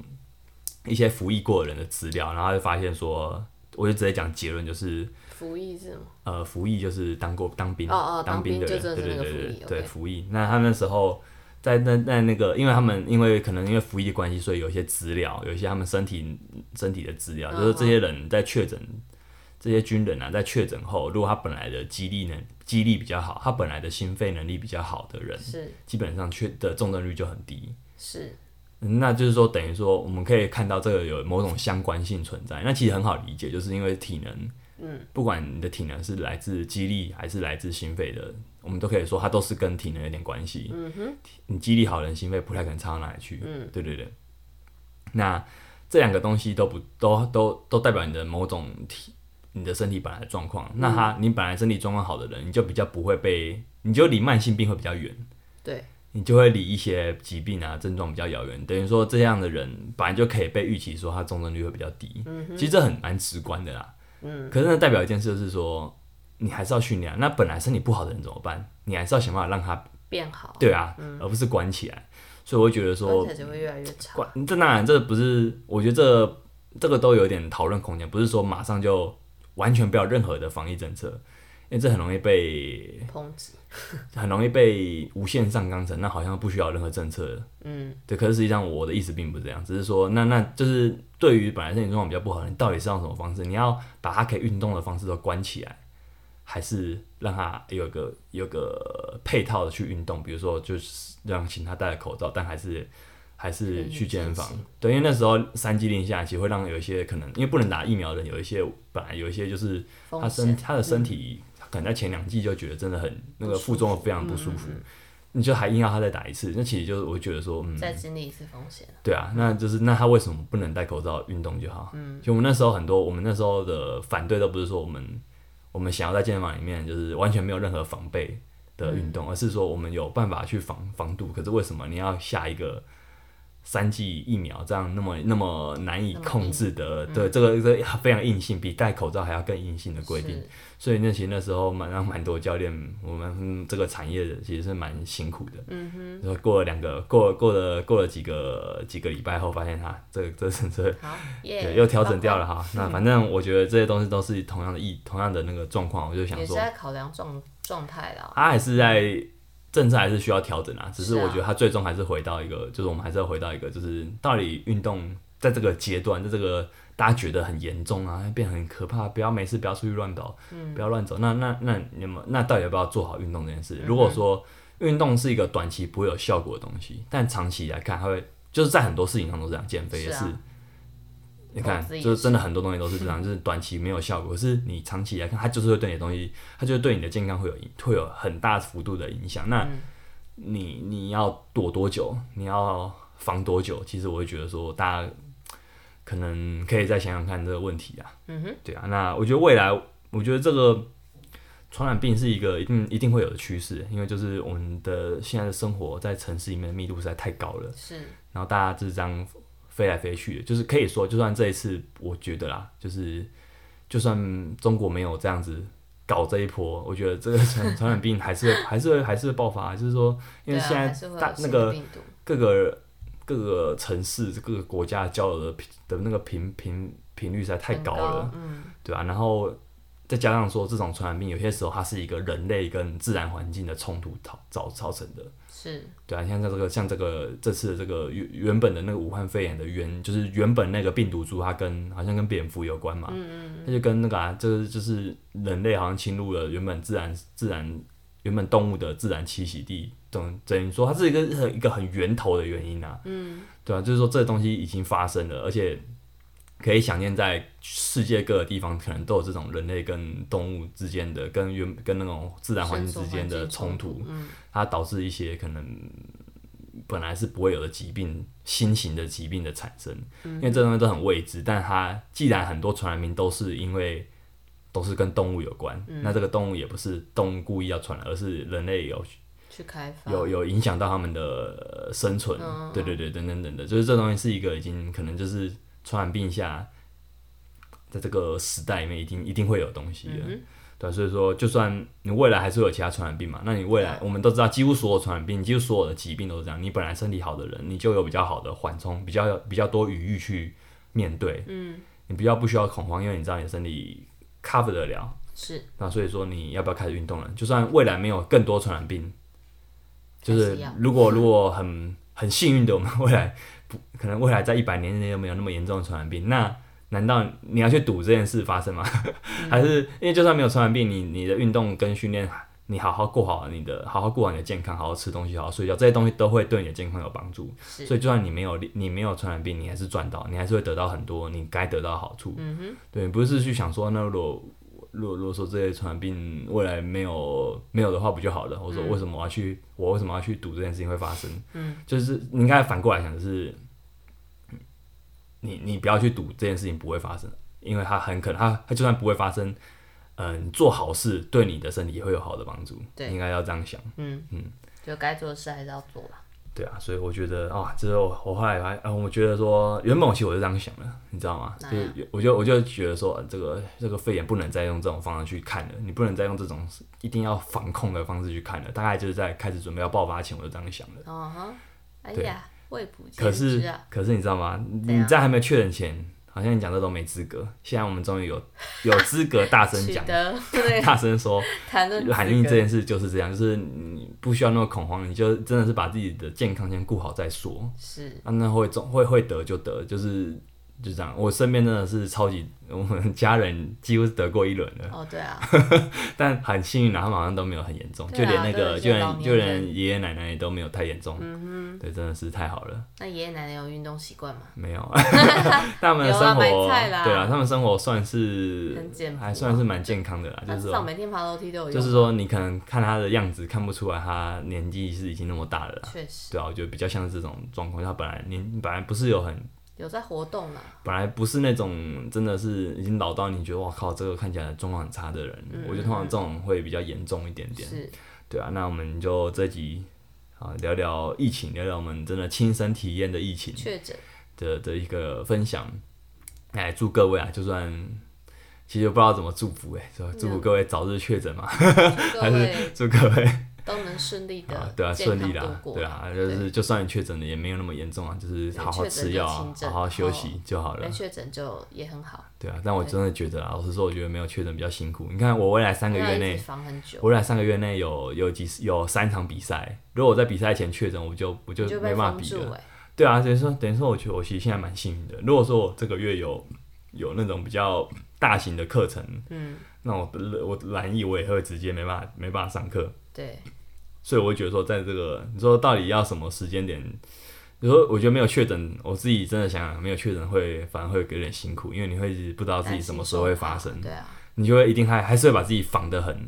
A: 一些服役过的人的资料，然后就发现说，我就直接讲结论，就是
B: 服役是吗？
A: 呃，服役就是当过当兵，
B: 哦哦当
A: 当
B: 兵
A: 的
B: 就
A: 人，
B: 真的
A: 对
B: 是
A: 对
B: 那个
A: 对
B: 服
A: 对
B: 役
A: 对
B: OK
A: 服役。那他那时候在那在那个，因为他们因为可能因为服役的关系，所以有一些资料，有一些他们身体身体的资料，
B: 嗯
A: 就是这些人在确诊，这些军人啊，在确诊后，如果他本来的肌力能肌力比较好，他本来的心肺能力比较好的人，
B: 是
A: 基本上确的重症率就很低。
B: 是，
A: 嗯那就是说，等于说我们可以看到这个有某种相关性存在。那其实很好理解，就是因为体能，嗯，不管你的体能是来自肌力还是来自心肺的，我们都可以说它都是跟体能有点关系。嗯哼，你肌力好人心肺不太可能差到哪里去。嗯，对对对。那这两个东西都不都都都代表你的某种体。你的身体本来的状况，那他你本来身体状况好的人，你就比较不会被，你就离慢性病会比较远。
B: 对，
A: 你就会离一些疾病啊症状比较遥远。等于说，这样的人本来就可以被预期说他重症率会比较低。其实这很蛮直观的啦。嗯，可是那代表一件事，就是说你还是要训练啊。那本来身体不好的人怎么办？你还是要想办法让他
B: 变好，
A: 对啊，而不是关起来。所以我会觉得说
B: 关，起来就会越来越差。
A: 关这当然这不是，我觉得这这个都有点讨论空间，不是说马上就完全不要任何的防疫政策，因为这很容易被
B: 抨击，
A: 很容易被无限上纲成，那好像不需要任何政策了。嗯，对。可是实际上我的意思并不是这样，只是说，那那就是对于本来身体状况比较不好的人，到底是用什么方式？你要把他可以运动的方式都关起来，还是让他有个有个配套的去运动？比如说，就是让请他戴着口罩，但还是还是去健身房
B: 嗯。
A: 对，因为那时候三级令下，其实会让有一些可能因为不能打疫苗的人，有一些本来有一些就是他
B: 风
A: 身
B: 险嗯
A: 他的身体可能在前两季就觉得真的很那个副作用非常
B: 嗯
A: 不舒服，你就还硬要他再打一次，那其实就是我觉得说，嗯，
B: 再经历一次风险，
A: 对啊，那就是那他为什么不能戴口罩运动就好？嗯，就我们那时候很多，我们那时候的反对都不是说我们我们想要在健身房里面就是完全没有任何防备的
B: 嗯
A: 运动，而是说我们有办法去防防度。可是为什么你要下一个三剂疫苗这样那么那么难以
B: 那么硬嗯
A: 控制的？对，这个这个非常硬性，比戴口罩还要更硬性的规定。
B: 是
A: 所以那其实那时候蛮让蛮多教练，我们、嗯这个产业的其实是蛮辛苦的。嗯哼。然后过了两个，过过了过了几个几个礼拜后，发现哈，这这这这
B: 好耶，
A: 对又调整掉了哈。那反正我觉得这些东西都是同样的意同样的那个状况，我就
B: 棒棒，
A: 想
B: 也是
A: 说，
B: 在考量状状态啦，
A: 他还是在政策还是需要调整啊。只是
B: 啊是
A: 我
B: 啊
A: 觉得他最终还是回到一个，就是我们还是要回到一个，就是到底运动在这个阶段，在这个大家觉得很严重啊，变得很可怕，不要没事不要出去乱搞，
B: 嗯
A: 不要乱走。那那那你们那到底要不要做好运动这件事？
B: 嗯
A: 如果说运动是一个短期不会有效果的东西，但长期来看，它会就是在很多事情上都是这样，减肥也
B: 是啊
A: 你看
B: 投资，也
A: 就是真的很多东西都是这样，就是短期没有效果，可是你长期来看，它就是会对你的东西，它就是对你的健康会有影会有很大幅度的影响。那你你要躲多久？你要防多久？其实我会觉得说，大家可能可以再想想看这个问题啊。嗯哼，对啊。那我觉得未来，我觉得这个传染病是一个一定一定会有的趋势，因为就是我们的现在的生活在城市里面的密度实在太高了。
B: 是
A: 然后大家就是这样飞来飞去的，就是可以说，就算这一次，我觉得啦，就是就算中国没有这样子搞这一波，我觉得这个 传传染病还是会还是会还是会爆发，就是说，因
B: 对
A: 为
B: 啊，
A: 现
B: 还
A: 在
B: 是会
A: 大、
B: 有
A: 那
B: 新的
A: 个
B: 病毒，
A: 各个各个城市各个国家交流的频的那个频频频率实在太
B: 很
A: 高了，
B: 嗯，
A: 对啊，然后再加上说，这种传染病有些时候它是一个人类跟自然环境的冲突造造造成的。
B: 是
A: 对啊，像这个像这个这次的这个原原本的那个武汉肺炎的原就是原本那个病毒株，它跟好像跟蝙蝠有关嘛，嗯嗯它就跟那个啊，就是就是人类好像侵入了原本自然自然原本动物的自然栖息地，等等于说它是一个很一个很源头的原因啊，嗯，对啊，就是说这东西已经发生了，而且可以想见在世界各个地方可能都有这种人类跟动物之间的跟原跟那种自然环境之间的冲突，
B: 嗯，
A: 它导致一些可能本来是不会有的疾病、新型的疾病的产生，因为这东西都很未知。但它既然很多传染病都是因为都是跟动物有关，那这个动物也不是动物故意要传染，而是人类有
B: 去开发
A: 有有影响到他们的呃生存，
B: 嗯
A: 对对对，等等等的，就是这东西是一个已经可能就是传染病下，在这个时代里面一定一定会有东西的，对，啊所以说就算你未来还是会有其他传染病嘛，那你未来我们都知道，几乎所有传染病，几乎所有的疾病都是这样，你本来身体好的人，你就有比较好的缓冲，比较有比较多余裕去面对，嗯，你比较不需要恐慌，因为你知道你的身体 cover 得了，
B: 是
A: 那所以说你要不要开始运动了？就算未来没有更多传染病，就
B: 还
A: 是
B: 是要
A: 如果如果很很幸运的，我们未来不可能未来在一百年内都没有那么严重的传染病，那难道你要去赌这件事发生吗？还是因为就算没有传染病，你你的运动跟训练，你好好过好你的，好好过好你的健康，好好吃东西，好好睡觉，这些东西都会对你的健康有帮助。
B: 是
A: 所以就算你没有你没有传染病，你还是赚到，你还是会得到很多你该得到的好处。嗯哼，对，不是去想说那如果如果如果说这些传染病未来没有没有的话，不就好了？我说为什么我要去，我为什么要去赌这件事情会发生？嗯，就是你应该反过来想的是，你你不要去赌这件事情不会发生，因为它很可能它它就算不会发生。嗯，你做好事对你的身体也会有好的帮助，
B: 对
A: 应该要这样想。
B: 就该做的事还是要做啦。
A: 对啊，所以我觉得啊，之后我后来还，啊，我觉得说，原本我其实我就这样想的，你知道吗？
B: 哪
A: 就
B: 样
A: 是我就我就觉得说，呃这个这个肺炎不能再用这种方式去看了，你不能再用这种一定要防控的方式去看了。大概就是在开始准备要爆发前，我就这样想的。
B: 哦哈，哎
A: 对
B: 呀，未卜
A: 可
B: 先
A: 是
B: 知啊，
A: 可是你知道吗？
B: 怎样
A: 你在还没有确诊前，好像你讲这都没资格。现在我们终于有有资格大声
B: 取
A: 讲，
B: 得对
A: 大声说，
B: 谈论
A: 喊
B: 资
A: 应
B: 格
A: 这件事就是这样，就是你不需要那么恐慌，你就真的是把自己的健康先顾好再说。
B: 是
A: 啊，那会中会会得就得，就是就这样。我身边真的是超级，我们家人几乎是得过一轮的，
B: 哦，对啊，
A: 但很幸运啊，他们好像都没有很严重，就
B: 对啊
A: 连那
B: 对
A: 个
B: 有
A: 就
B: 些老
A: 连
B: 年
A: 就连
B: 人嗯
A: 爷爷奶奶也都没有太严重。对，真的是太好了，
B: 那爷爷奶奶有运动习惯吗？
A: 没 有。他们的
B: 有啊
A: 生活，
B: 买菜啦
A: 对啊，他们生活算是
B: 很简朴啊
A: 还算是蛮健康的啦，
B: 那
A: 啊就是
B: 至少
A: 说。
B: 每天爬楼梯都有用，
A: 就是说，你可能看他的样子，看不出来他年纪是已经那么大了啦。
B: 确实
A: 对啊，我觉得比较像是这种状况，他本来年本来不是有很
B: 有在活动啦。
A: 本来不是那种真的是已经老到你觉得哇靠，这个看起来状况很差的人，我觉得通常这种会比较严重一点点。
B: 嗯是，
A: 对啊，那我们就这集啊聊聊疫情，聊聊我们真的亲身体验的疫情
B: 确诊
A: 的的一个分享。哎，祝各位啊，就算其实我不知道怎么祝福哎、说
B: 嗯
A: 祝福各位早日确诊嘛，
B: 祝各
A: 还
B: 位
A: 是祝各位
B: 都能顺利
A: 啊
B: 的，
A: 对啊，顺利啦，对
B: 啊，
A: 啊，就是就算你确诊了也没有那么严重啊，就是
B: 对
A: 好好
B: 确诊
A: 吃
B: 就
A: 药啊
B: 轻，症哦
A: 好好休
B: 好
A: 息就好了
B: 没。确诊就也很好，
A: 对啊，但我真的觉得啊，老实说，我觉得没有确诊比较辛苦。你看，我未来三个
B: 那
A: 月
B: 一直
A: 内，
B: 防很久，
A: 我未来三个月内有有几有三场比赛。如果我在比赛前确诊，我就我就
B: 你就
A: 没
B: 被
A: 办法
B: 封
A: 比
B: 住
A: 了。
B: 哎，
A: 对啊，等于说等于说，我觉得我其实现在蛮幸运的。如果说我这个月有有那种比较大型的课程，
B: 嗯，
A: 那我我懒意我也会直接没办法没办法上课。
B: 对，
A: 所以我会觉得说，在这个你说到底要什么时间点？你说我觉得没有确诊，我自己真的想想，啊没有确诊会反而会有点辛苦，因为你会一直不知道自己什么时候会发生，
B: 对啊，
A: 你就会一定还还是会把自己防得很，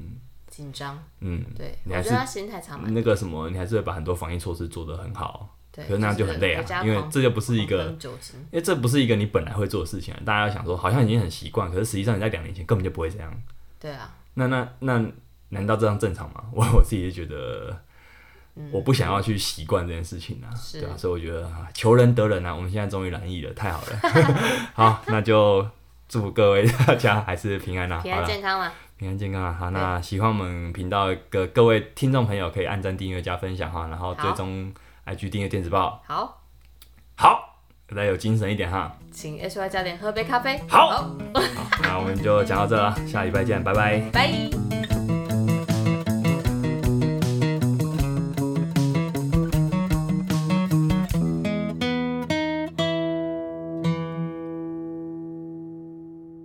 B: 紧张，
A: 嗯，
B: 对，
A: 你
B: 我
A: 还
B: 觉
A: 是
B: 得他心态差蛮
A: 那个什么，你还是会把很多防疫措施做得很好，
B: 对，
A: 可是那样就很累啊
B: 就是回家
A: 因为
B: 狂
A: 这就不是一个
B: 狂喷酒精，
A: 因为这不是一个你本来会做的事情啊。大家想说好像已经很习惯，可是实际上你在两年前根本就不会这样，
B: 对啊，
A: 那那那难道这样正常吗？ 我我自己就觉得，我不想要去习惯这件事情啊，
B: 嗯是
A: 对啊，所以我觉得啊求人得人啊，我们现在终于满意了，太好了。 好，那就祝福各位大家还是平安啦、啊
B: 平
A: 好
B: 安
A: 啦，
B: 健康啦，
A: 平安健康啊！好，那喜欢我们频道的各位听众朋友，可以按赞、订阅、加分享哈，然后
B: 好
A: 追踪 IG 订阅电子报。
B: 好，
A: 好，大家有精神一点哈。
B: 请 H Y 教练喝杯咖啡，
A: 好，好，那我们就讲到这了，下礼拜见，拜拜。
B: 拜。